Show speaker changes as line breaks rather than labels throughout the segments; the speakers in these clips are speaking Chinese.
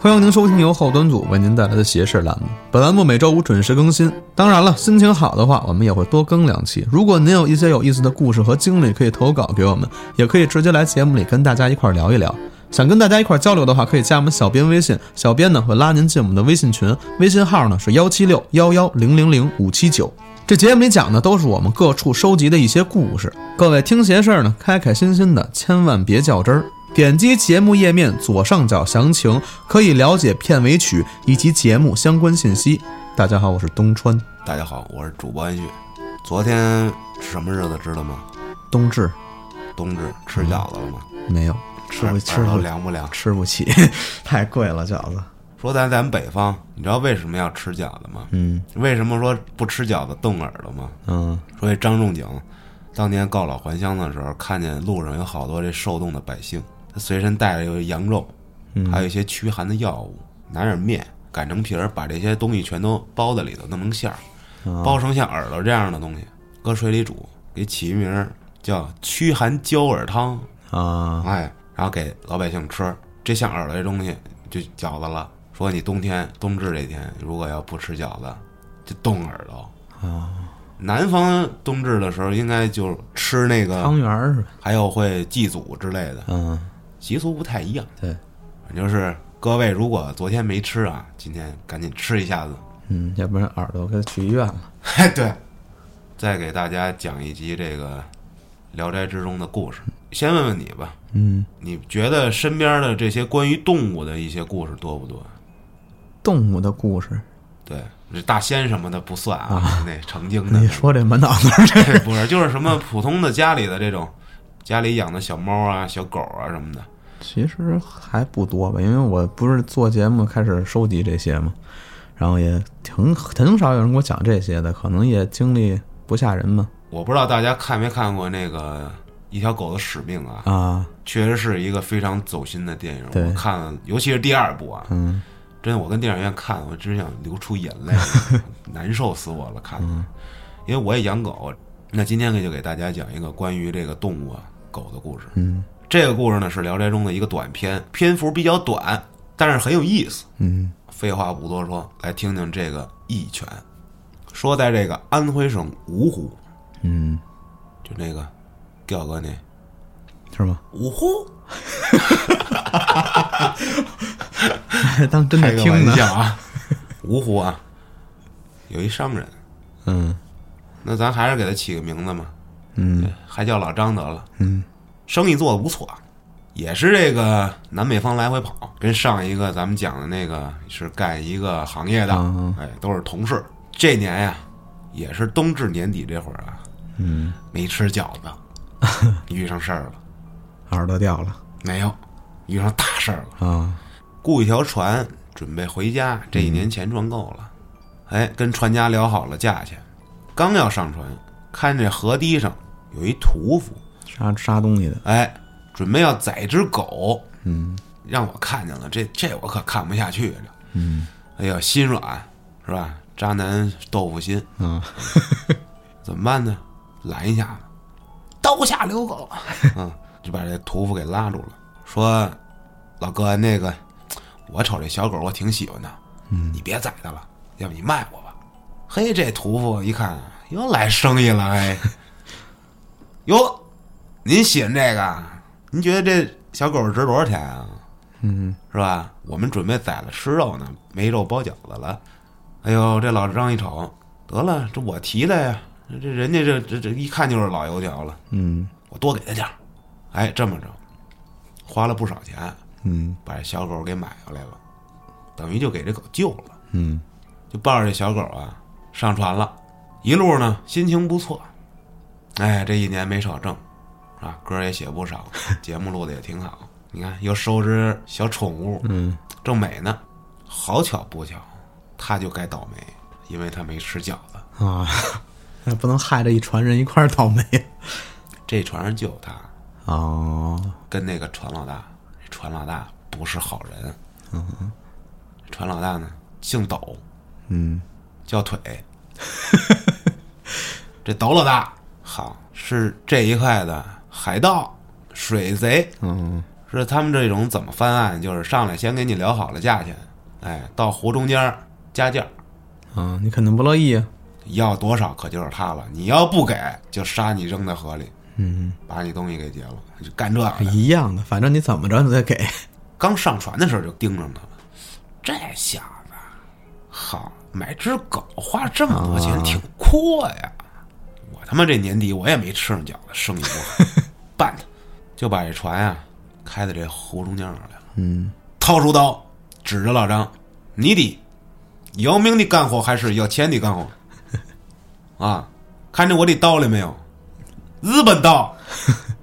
欢迎您收听由后端组为您带来的“斜视”栏目。本栏目每周五准时更新。当然了，心情好的话，我们也会多更两期。如果您有一些有意思的故事和经历，可以投稿给我们，也可以直接来节目里跟大家一块儿聊一聊。想跟大家一块儿交流的话，可以加我们小编微信，小编呢会拉您进我们的微信群，微信号呢是幺七六幺幺零零零五七九。这节目里讲的都是我们各处收集的一些故事，各位听闲事儿呢，开开心心的，千万别较真儿。点击节目页面左上角详情，可以了解片尾曲以及节目相关信息。大家好，我是东川，
大家好，我是主播安旭。昨天是什么日子知道吗？
冬至
冬至吃饺子了吗？
没有
吃
吃不吃
了
不
凉不凉？
吃不起， 太贵了饺子。
说咱咱们北方，你知道为什么要吃饺子吗？
嗯
为什么说不吃饺子冻耳朵吗？
嗯，
所以张仲景当年告老还乡的时候，看见路上有好多这受冻的百姓，他随身带着有羊肉，还有一些驱寒的药物，拿点面擀成皮儿，把这些东西全都包在里头，弄成馅儿，包成像耳朵这样的东西，搁水里煮，给起一名儿叫驱寒焦耳汤。
啊，
哎，然后给老百姓吃。这像耳朵这东西就饺子了。说你冬天冬至这天如果要不吃饺子，就冻耳朵。啊，
哦
南方冬至的时候应该就吃那个，
汤圆儿是吧？
还有会祭祖之类的
嗯，
习俗不太一样。
对，
反正就是各位如果昨天没吃啊，今天赶紧吃一下子。
嗯，要不然耳朵该去医院了。
哎，对，再给大家讲一集这个《聊斋》之中的故事。先问问你吧，
嗯，
你觉得身边的这些关于动物的一些故事多不多？
动物的故事，
对，这大仙什么的不算啊，那 成精的
你说这满脑子儿这
这不是，就是什么普通的家里的这种，家里养的小猫啊、小狗啊什么的。
其实还不多吧，因为我不是做节目开始收集这些嘛，然后也挺很少有人给我讲这些的，可能也经历不吓人嘛。
我不知道大家看没看过那个《一条狗的使命》啊，
啊，
确实是一个非常走心的电影。
对
我看了，尤其是第二部啊，
嗯
真的，我跟电影院看，我真想流出眼 泪，难受死我了，看的。
嗯
因为我也养狗，那今天就给大家讲一个关于这个动物啊狗的故事。
嗯
这个故事呢是《聊斋》中的一个短篇，篇幅比较短，但是很有意思。
嗯
废话不多说，来听听这个义犬。说在这个安徽省芜湖，
嗯，
就那个调哥那
是吗？
芜湖，
还 当真
开
的
个
听
玩
呢？
笑啊，芜湖啊，有一商人，
嗯
那咱还是给他起个名字嘛，
嗯
还叫老张得了。
嗯，
生意做得不错，也是这个南北方来回跑，跟上一个咱们讲的那个是干一个行业的，
嗯
哎，都是同事。这年呀，也是冬至年底这会儿啊，
嗯，
没吃饺子， 遇上事儿了
耳朵掉了
没有？遇上大事儿了，
啊，
雇一条船准备回家，这一年钱赚够了，哎，跟船家聊好了价钱，刚要上船，看这河堤上有一屠夫，
杀杀东西的，
哎，准备要宰只狗，
嗯
让我看见了，这这我可看不下去了。
嗯
哎呀，心软是吧？渣男豆腐心，
啊，
怎么办呢？拦一下子，刀下 留狗，嗯，就把这屠夫给拉住了，说：“老哥，那个，我瞅这小狗，我挺喜欢的，
嗯
你别宰它了，要不你卖我吧。”嘿，这屠夫一看又来生意了，哎， 哟，您喜欢这个？您觉得这小狗值多少钱啊？
嗯
是吧？我们准备宰了吃肉呢，没肉包饺子了。哎呦，这老张一瞅，得了，这我提的呀，这人家这这这一看就是老油条了，
嗯
我多给他点儿。哎，这么着，花了不少钱
嗯
把这小狗给买回来了，等于就给这狗救了。
嗯
就抱着这小狗啊上船了，一路呢心情不错，哎，这一年没少挣，啊，歌也写不少，节目录的也挺好。你看，又收只小宠物，
嗯，
正美呢。好巧不巧，他就该倒霉，因为他没吃饺子。
啊， 那不能害着一船人一块儿倒霉
这船上就有他，
哦，
跟那个船老大，这船老大不是好人。嗯，船老大呢，姓抖，
嗯
叫腿。这抖老大好是这一块的海盗、水贼，
嗯
是他们这种怎么翻案，就是上来先给你聊好了价钱，哎，到湖中间儿加价儿，
啊，你肯定不乐意啊。
要多少可就是他了。你要不给，就杀你扔在河里，
嗯，哎
把你东西给劫了，就干这个的。
一样的，反正你怎么着你得给。
刚上船的时候就盯上他了，这小子，好买只狗花这么多钱，挺阔呀！我他妈这年底我也没吃上饺子，生意不好，办他，就把这船啊开到这湖中间儿来了。
嗯，
掏出刀，指着老张：“你得姚明的干活还是要钱的干活？ 啊，看见我的刀了没有？日本刀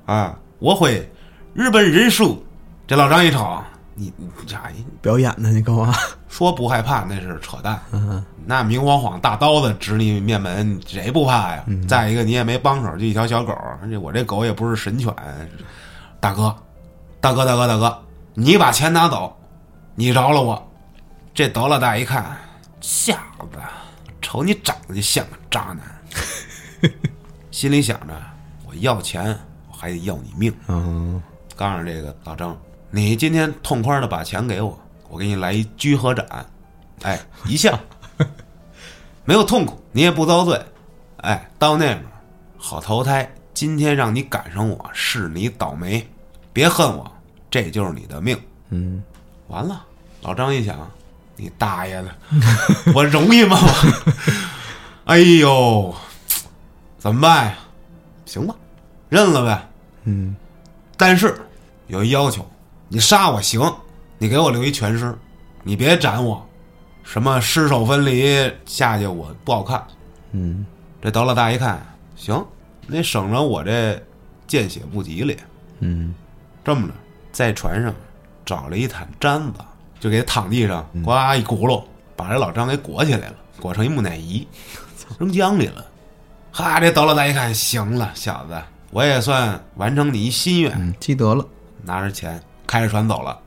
啊，我会日本人术。”这老张一瞅，你你呀，
表演呢，你跟我。
说不害怕那是扯淡，那明晃晃大刀子指你面门，谁不怕呀？再一个你也没帮手，就一条小狗，而且我这狗也不是神犬，大哥，大哥，大哥，大哥，你把钱拿走，你饶了我。这德老大一看，小子，瞅你长得就像个渣男，心里想着我要钱，我还得要你命。
嗯，
告诉这个老张，你今天痛快的把钱给我，我给你来一居合斩，哎，一下，没有痛苦，你也不遭罪，哎，到那边好投胎。今天让你赶上我，是你倒霉，别恨我，这就是你的命。
嗯，
完了，老张一想，你大爷的，我容易吗？我， 哎呦，怎么办呀？行吧，认了呗。
嗯，
但是有一要求，你杀我行，你给我留一全尸，你别斩我，什么尸首分离下去我不好看。
嗯，
这德老大一看，行，那省着我这见血不吉利。
嗯，
这么着，在船上找了一毯毡子，就给躺地上，呱一轱辘，把这老张给裹起来了，裹成一木乃伊，扔江里了。哈，这德老大一看，行了，小子，我也算完成你一心愿。
嗯，积德了。
拿着钱开着船走了。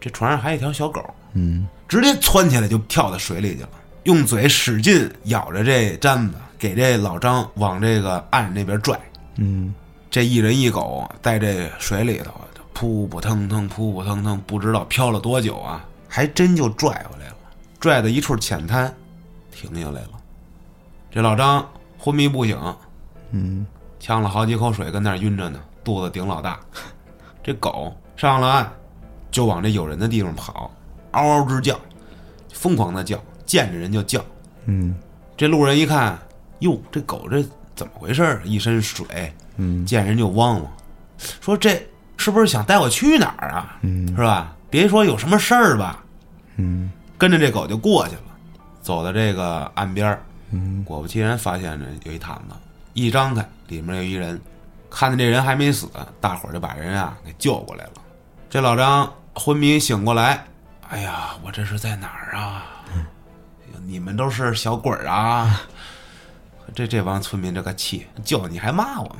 这船上还有一条小狗，
嗯，
直接窜起来就跳到水里去了，用嘴使劲咬着这毡子，给这老张往这个岸那边拽。
嗯，
这一人一狗在这水里头扑扑腾腾、扑扑腾腾，不知道飘了多久啊，还真就拽回来了，拽到一处浅滩，停下来了。这老张昏迷不醒，
嗯，
呛了好几口水，跟那儿晕着呢，肚子顶老大。这狗上了岸，就往这有人的地方跑，嗷嗷直叫，疯狂的叫，见着人就叫。
嗯，
这路人一看，哟，这狗这怎么回事儿？一身水，
嗯，
见人就汪汪，说这是不是想带我去哪儿啊？
嗯，
是吧？别说有什么事儿吧，
嗯，
跟着这狗就过去了，走到这个岸边儿，
嗯，
果不其然发现呢有一毯子，一张开里面有一人，看见这人还没死，大伙儿就把人啊给救过来了。这老张昏迷醒过来，哎呀，我这是在哪儿啊？你们都是小鬼儿啊！
嗯
这这帮村民这个气，救你还骂我们，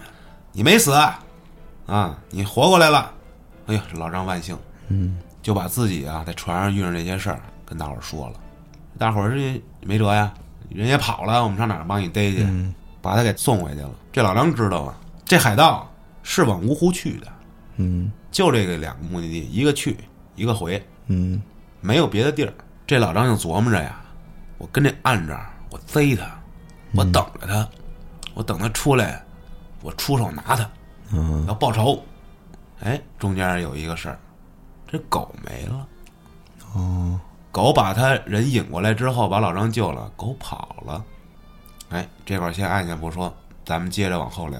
你没死啊，啊你活过来了。哎呦，这老张万幸，
嗯，
就把自己啊在船上遇上这些事儿跟大伙儿说了。大伙儿这没辙呀，人也跑了，我们上哪儿帮你逮去？
嗯
把他给送回去了。这老张知道啊，这海盗是往芜湖去的，
嗯，
就这个两个目的地，一个去，一个回。
嗯，
没有别的地儿。这老张就琢磨着呀，我跟这岸这儿，我贼他，我
嗯
等着他，我等他出来，我出手拿他，
嗯，
要报仇。哎，中间有一个事儿，这狗没了。
哦，
狗把他人引过来之后，把老张救了，狗跑了。哎，这块儿先按下不说，咱们接着往后聊。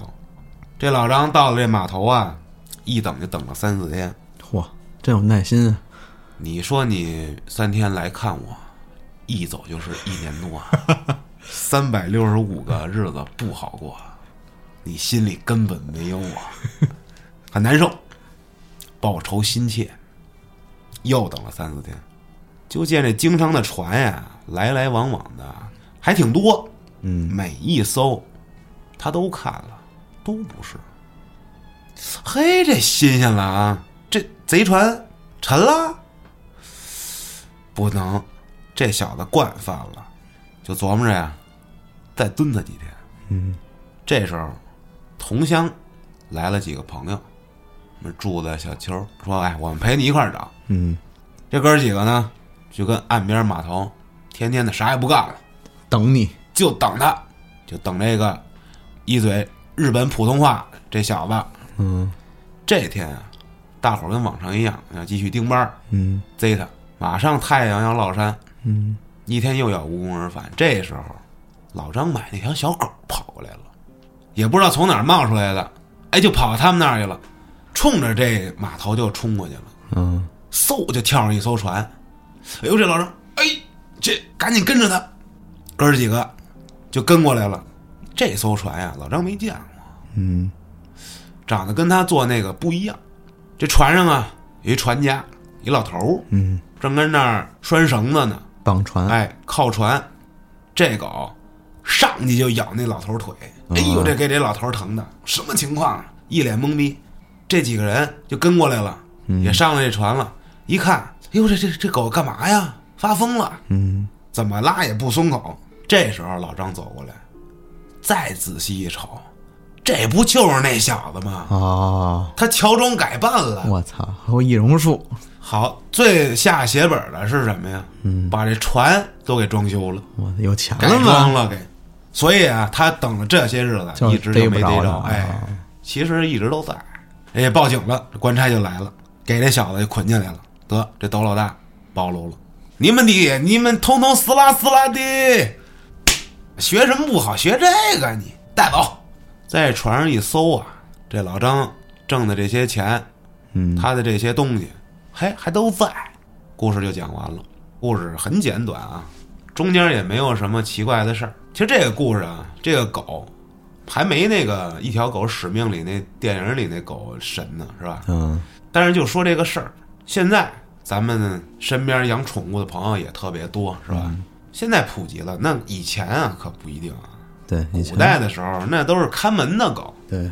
这老张到了这码头啊，一等就等了三四天。
嚯，真有耐心啊。
你说你三天来看我，一走就是一年多，三百六十五个日子不好过，你心里根本没有我，很难受，报仇心切。又等了三四天，就见这经商的船呀，来来往往的还挺多，
嗯，
每一艘他都看了，都不是。嘿，这新鲜了啊！这贼船沉了。不能，这小子惯犯了，就琢磨着呀，再蹲他几天。
嗯
这时候，同乡来了几个朋友，什么柱子、小秋儿说：“哎，我们陪你一块儿找。
嗯，”
这哥儿几个呢，就跟岸边码头，天天的啥也不干了，
等你。
就等他，就等这个一嘴日本普通话这小子。
嗯
这天啊，大伙儿跟往常一样要继续盯班儿
嗯
贼他，马上太阳要落山，
嗯，
一天又要无功而返。这时候，老张买那条小狗跑过来了，也不知道从哪儿冒出来的，哎，就跑到他们那儿去了，冲着这码头就冲过去了，
嗯，
嗖就跳上一艘船。哎呦，这老张，哎，这赶紧跟着他，哥儿几个就跟过来了。这艘船呀、老张没见过，
嗯，
长得跟他坐那个不一样。这船上啊，有一船家，一老头儿，
嗯，
正跟那儿拴绳子呢。
绑船。
哎，靠船，这狗上去就咬那老头腿，哎呦，
嗯
这给这老头疼的，什么情况啊？一脸懵逼。这几个人就跟过来了，也上了这船了，一看，哎呦，这这这狗干嘛呀？发疯了，
嗯
怎么拉也不松口。这时候老张走过来，再仔细一瞅，这不就是那小子吗？
哦，
他乔装改扮了，
我操，还有易容术。
好，最下血本的是什么呀？把这船都给装修了。
我有钱
改
了
装
吗？
了给。所以啊，他等了这些日子，
就
一直就
逮不
没逮
着
着。
了
哎
啊，
其实一直都在。哎，报警了，官差就来了，给这小子就捆进来了。得，这窦老大暴露了，你们的，你们通通死啦死啦的，学什么不好，学这个你带走。在船上一搜啊，这老张挣的这些钱，
嗯，
他的这些东西，嘿，还都在。故事就讲完了，故事很简短啊，中间也没有什么奇怪的事儿。其实这个故事啊，这个狗还没那个《一条狗使命》里那电影里那狗神呢，是吧？
嗯
但是就说这个事儿，现在咱们身边养宠物的朋友也特别多，是吧？
嗯
现在普及了，那以前啊可不一定啊。
对，以
古
前
代的时候，那都是看门的狗，
对，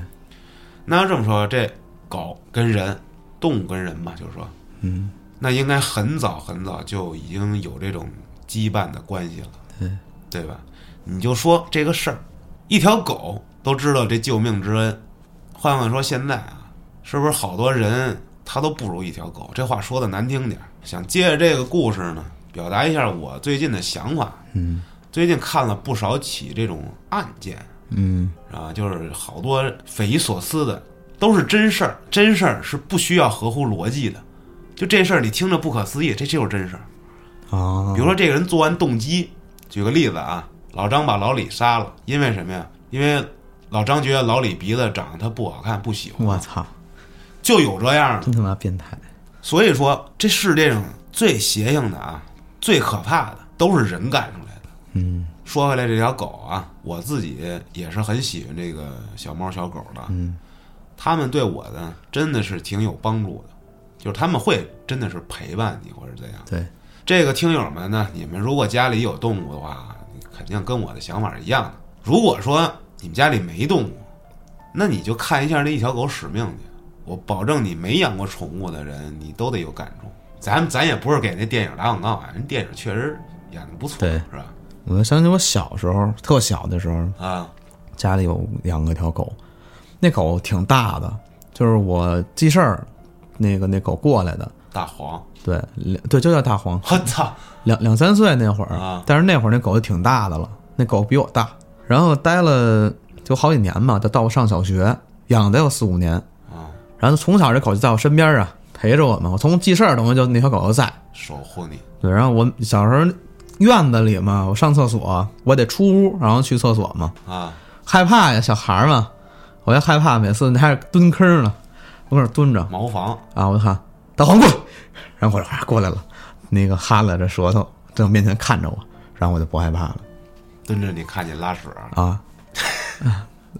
那要这么说，这狗跟人，动物跟人吧，就是说，
嗯，
那应该很早很早就已经有这种羁绊的关系了，
对，
对吧？你就说这个事儿，一条狗都知道这救命之恩，换换说现在啊，是不是好多人他都不如一条狗？这话说的难听点儿，想借着这个故事呢，表达一下我最近的想法。
嗯
最近看了不少起这种案件，
嗯
啊，就是好多匪夷所思的，都是真事儿，真事儿是不需要合乎逻辑的。就这事儿你听着不可思议，这就是真事儿。
哦，
比如说这个人作案动机，举个例子啊，老张把老李杀了，因为什么呀？因为老张觉得老李鼻子长得他不好看，不喜欢，
我操，
就有这样的。
真他妈变态。
所以说，这世界上最邪性的啊，最可怕的都是人干出来的。
嗯
说回来，这条狗啊，我自己也是很喜欢这个小猫小狗的。
嗯
他们对我呢真的是挺有帮助的，就是他们会真的是陪伴你或者怎样。
对，
这个听友们呢，你们如果家里有动物的话，你肯定跟我的想法是一样的。如果说你们家里没动物，那你就看一下那一条狗使命去。我保证你没养过宠物的人，你都得有感触。咱咱也不是给那电影打广告啊，人电影确实演的不错，
对
是吧？
我就想起我小时候，特小的时候，
啊，
家里有养了条狗，那狗挺大的，就是我记事儿，那个那狗过来的，
大黄，
对，两对就叫大黄，
我操，
两两三岁那会儿，
啊
但是那会儿那狗就挺大的了，那狗比我大，然后待了就好几年嘛，就到我上小学，养得有四五年，
啊，
然后从小这狗就在我身边啊，陪着我们，我从记事儿东西就那条狗就在，
守护你，
对，然后我小时候院子里嘛，我上厕所我得出屋，然后去厕所嘛，
啊，
害怕呀，小孩儿嘛，我就害怕，每次还是蹲坑呢，我搁那儿蹲着
茅房，
啊，我就喊大黄过来，然后我就啊过来了，那个哈拉着舌头在我面前看着我，然后我就不害怕了
蹲着你看见拉屎，
啊，啊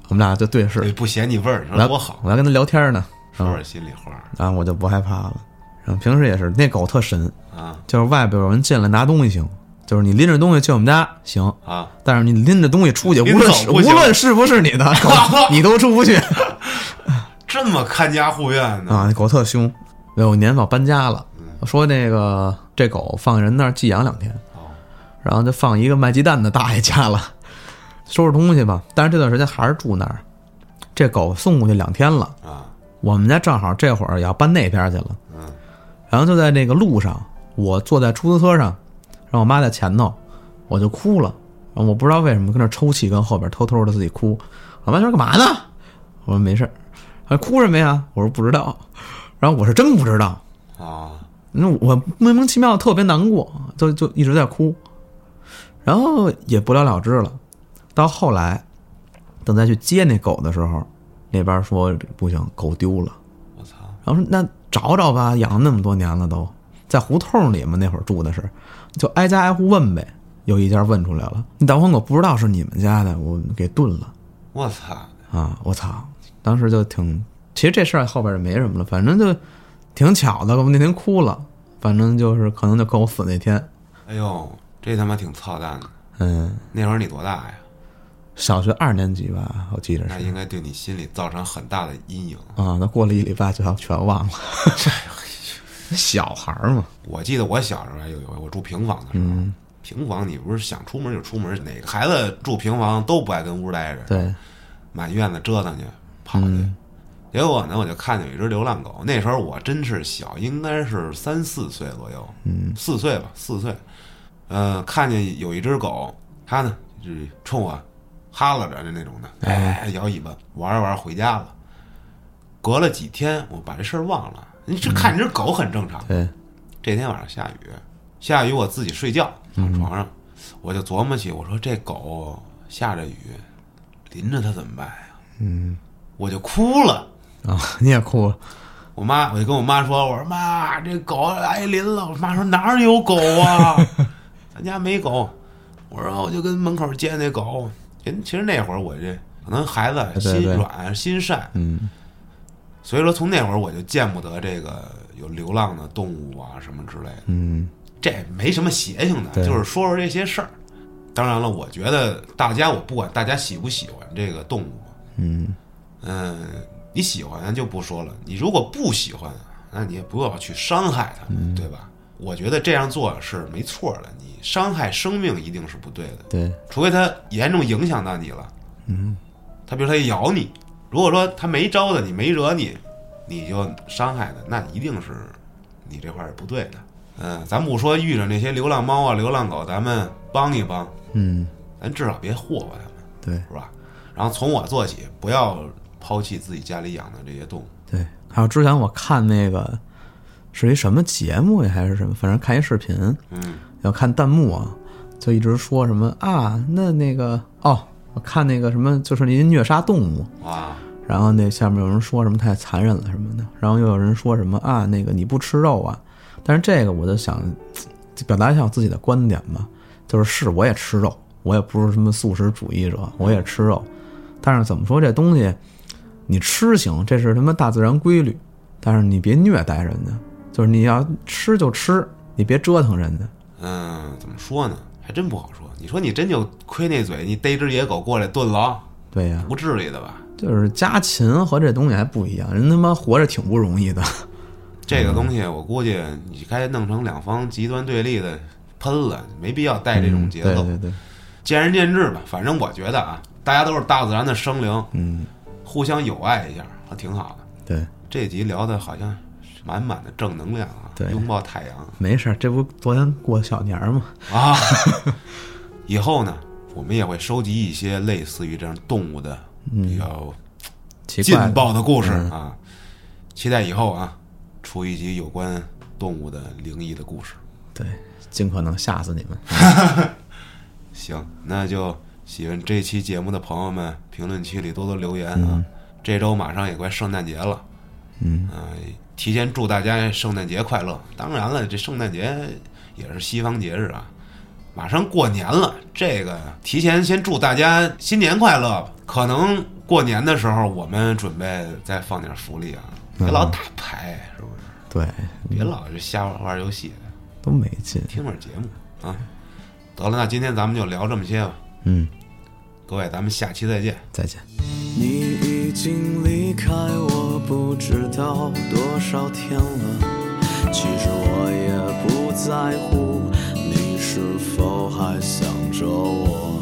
我们俩就对视，
也不嫌你味儿，你
我还
哎说多好，
我还跟他聊天呢，啊
说点心里话
然后我就不害怕了，然后平时也是，那狗特神，
啊
就是外边有人进来拿东西行，就是你拎着东西去我们家行。
啊！
但是你拎着东西出去，无
拎
论
走
是
不
无
行
论是不是你的， 狗你都出不去。
这么看家护院呢？
啊，那狗特凶。有一年我搬家了，
嗯
说那个这狗放人那儿寄养两天，
哦，
然后就放一个卖鸡蛋的大爷家了， 收拾东西吧。但是这段时间还是住那儿。这狗送过去两天了，
啊，
我们家正好这会儿也要搬那边去了，
嗯，
然后就在那个路上，我坐在出租车上，让我妈在前头，我就哭了。然后我不知道为什么跟那抽泣，跟后边偷偷的自己哭。我妈说干嘛呢？我说没事儿。她说哭什么呀？我说不知道。然后我是真不知道。
啊，
那我莫名其妙特别难过，就就一直在哭，然后也不了了之了。到后来，等再去接那狗的时候，那边说不行，狗丢了。
我操，
然后说那找找吧，养那么多年了都，在胡同里嘛，那会儿住的是，就挨家挨户问呗。有一家问出来了，那导航狗不知道是你们家的，我给炖了
我操，
啊！我操，当时就挺，其实这事儿后边就没什么了，反正就挺巧的，我那天哭了，反正就是可能就跟我死那天，
哎呦，这他妈挺操蛋的。
嗯，
那会儿你多大呀？
小学二年级吧，我记着是
那应该对你心里造成很大的阴影。
啊。那过了一礼拜就要全忘了， 小孩儿嘛，
我记得我小时候还有有我住平房的时候，平房你不是想出门就出门，哪个孩子住平房都不爱跟屋待着，
对，
满院子折腾去跑去。结果呢，我就看见有一只流浪狗。那时候我真是小，应该是三四岁左右，嗯，四岁吧，四岁。呃，看见有一只狗，它呢就是冲我哈拉着的那种的，哎，摇尾巴，玩着玩着回家了。隔了几天，我把这事儿忘了。你这看这狗很正常，
对，
这天晚上下雨，下雨我自己睡觉
嗯
躺床上，我就琢磨起，我说这狗下着雨，淋着它怎么办呀？嗯，我就哭了。
啊、你也哭了，
我妈，我就跟我妈说，我说妈，这狗挨淋了。我妈说哪儿有狗啊？ 咱家没狗。我说我就跟门口见那狗。其实其实那会儿我这可能孩子
对
心
对
软心善，
嗯，
所以说从那会儿我就见不得这个有流浪的动物啊什么之类的。
嗯。
这没什么邪性的，
对
就是说说这些事儿。当然了，我觉得大家，我不管大家喜不喜欢这个动物嘛，
嗯
嗯，你喜欢就不说了，你如果不喜欢，那你也不要去伤害它们，对吧？我觉得这样做是没错的，你伤害生命一定是不对的，，
对，
除非它严重影响到你了。嗯，它比如它咬你，如果说它没招的，你没惹你，你就伤害它，那一定是你这块儿是不对的。嗯，咱不说遇着那些流浪猫啊、流浪狗，咱们帮一帮，
嗯，
咱至少别祸祸它们，
对
是吧？然后从我做起，不要抛弃自己家里养的这些动物。
对。还有之前我看那个是一什么节目呀，还是什么，反正看一视频，
嗯，
要看弹幕啊，就一直说什么啊，那那个哦，我看那个什么，就是您虐杀动物。
哇，
然后那下面有人说什么太残忍了什么的，然后又有人说什么啊那个你不吃肉啊，但是这个我就想嘖表达一下我自己的观点吧，就是是我也吃肉，我也不是什么素食主义者，我也吃肉，但是怎么说这东西你吃行，这是他妈大自然规律，但是你别虐待人家，就是你要吃就吃，你别折腾人家。
嗯，怎么说呢？还真不好说。你说你真就亏那嘴，你逮只野狗过来炖了啊，
对呀、
不至于的吧？
就是家禽和这东西还不一样，人他妈活着挺不容易的。
这
嗯
个东西，我估计你该弄成两方极端对立的喷了，没必要带这种节奏。
嗯对对对，
见仁见智吧。反正我觉得啊，大家都是大自然的生灵，嗯，互相友爱一下，还挺好的。
对。
这集聊的好像满满的正能量啊，
对
拥抱太阳
没事，儿，这不昨天过小年儿嘛？
啊。以后呢，我们也会收集一些类似于这样动物的比较
嗯奇
劲
怪嗯了，
爆的故事啊，期待以后啊，出一集有关动物的灵异的故事。
对，尽可能吓死你们。
行，那就喜欢这期节目的朋友们，评论区里多多留言啊。这周马上也快圣诞节了，嗯、提前祝大家圣诞节快乐。当然了，这圣诞节也是西方节日啊，马上过年了，这个提前先祝大家新年快乐吧。可能过年的时候，我们准备再放点福利啊，别老打牌，是不是？
对，
别老是瞎玩游戏，
都没劲。
听会儿节目啊。得了，那今天咱们就聊这么些吧。
嗯，
各位，咱们下期再见。
再见。
你已经离开我不知道多少天了，其实我也不在乎你是否还想着我。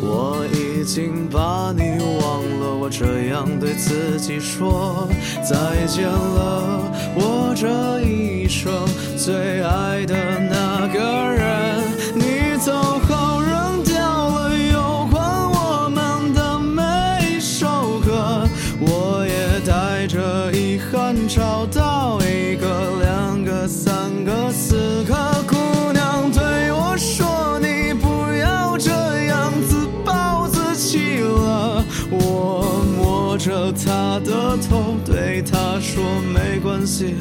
我已经把你忘了，为
我这样对自己说再见了，我这一生最爱的那个人，你走后扔掉了有关我们的每首歌，我也带着遗憾找到一个、两个、三个、四个姑娘对我说：“你不要这样子抱自己了。”我摸着她的头，对她说：“没关系，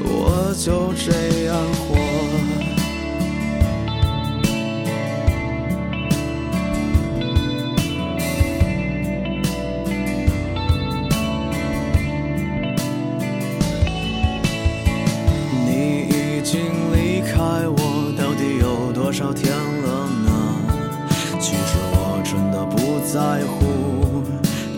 我就这样活。”你已经离开我，到底有多少天了呢？其实我真的不在乎，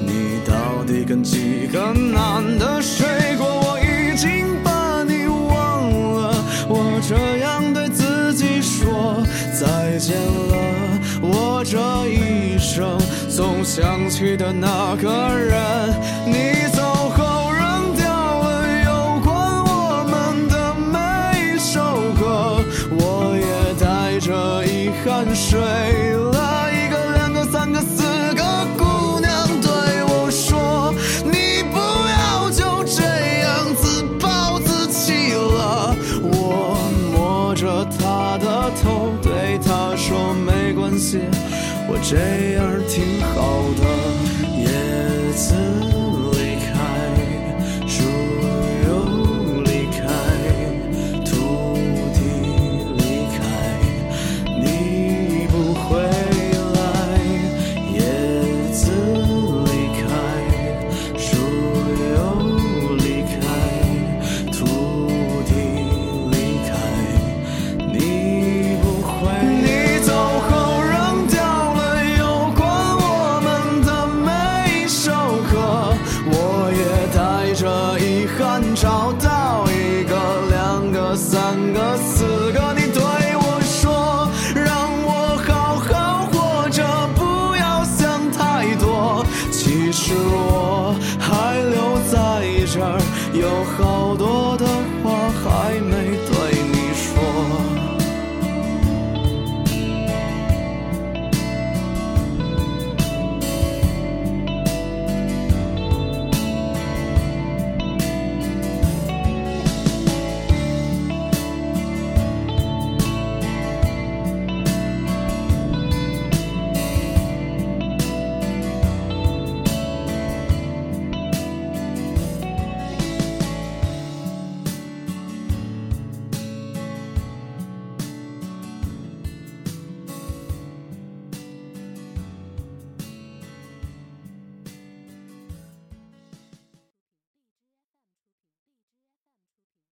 你到底跟几个男的睡过？我已经把你忘了，我这样对自己说再见了。我这一生总想起的那个人，你走后扔掉了有关我们的每首歌，我也带着遗憾睡了一个、两个、三个、四个姑娘对我说：“你不要就这样自暴自弃了。”我摸着她的头，对她说：“没关系，我这样挺好的。”叶子离开，树又离开，土地离开，你不回来。叶子离开，树又离开，土地离开，你不回来。你走后扔掉了有关我们的每首歌，我也带着遗憾找到一个、两个、三个、四个。你对我说，让我好好活着，不要想太多。其实我还留在这儿，有好多。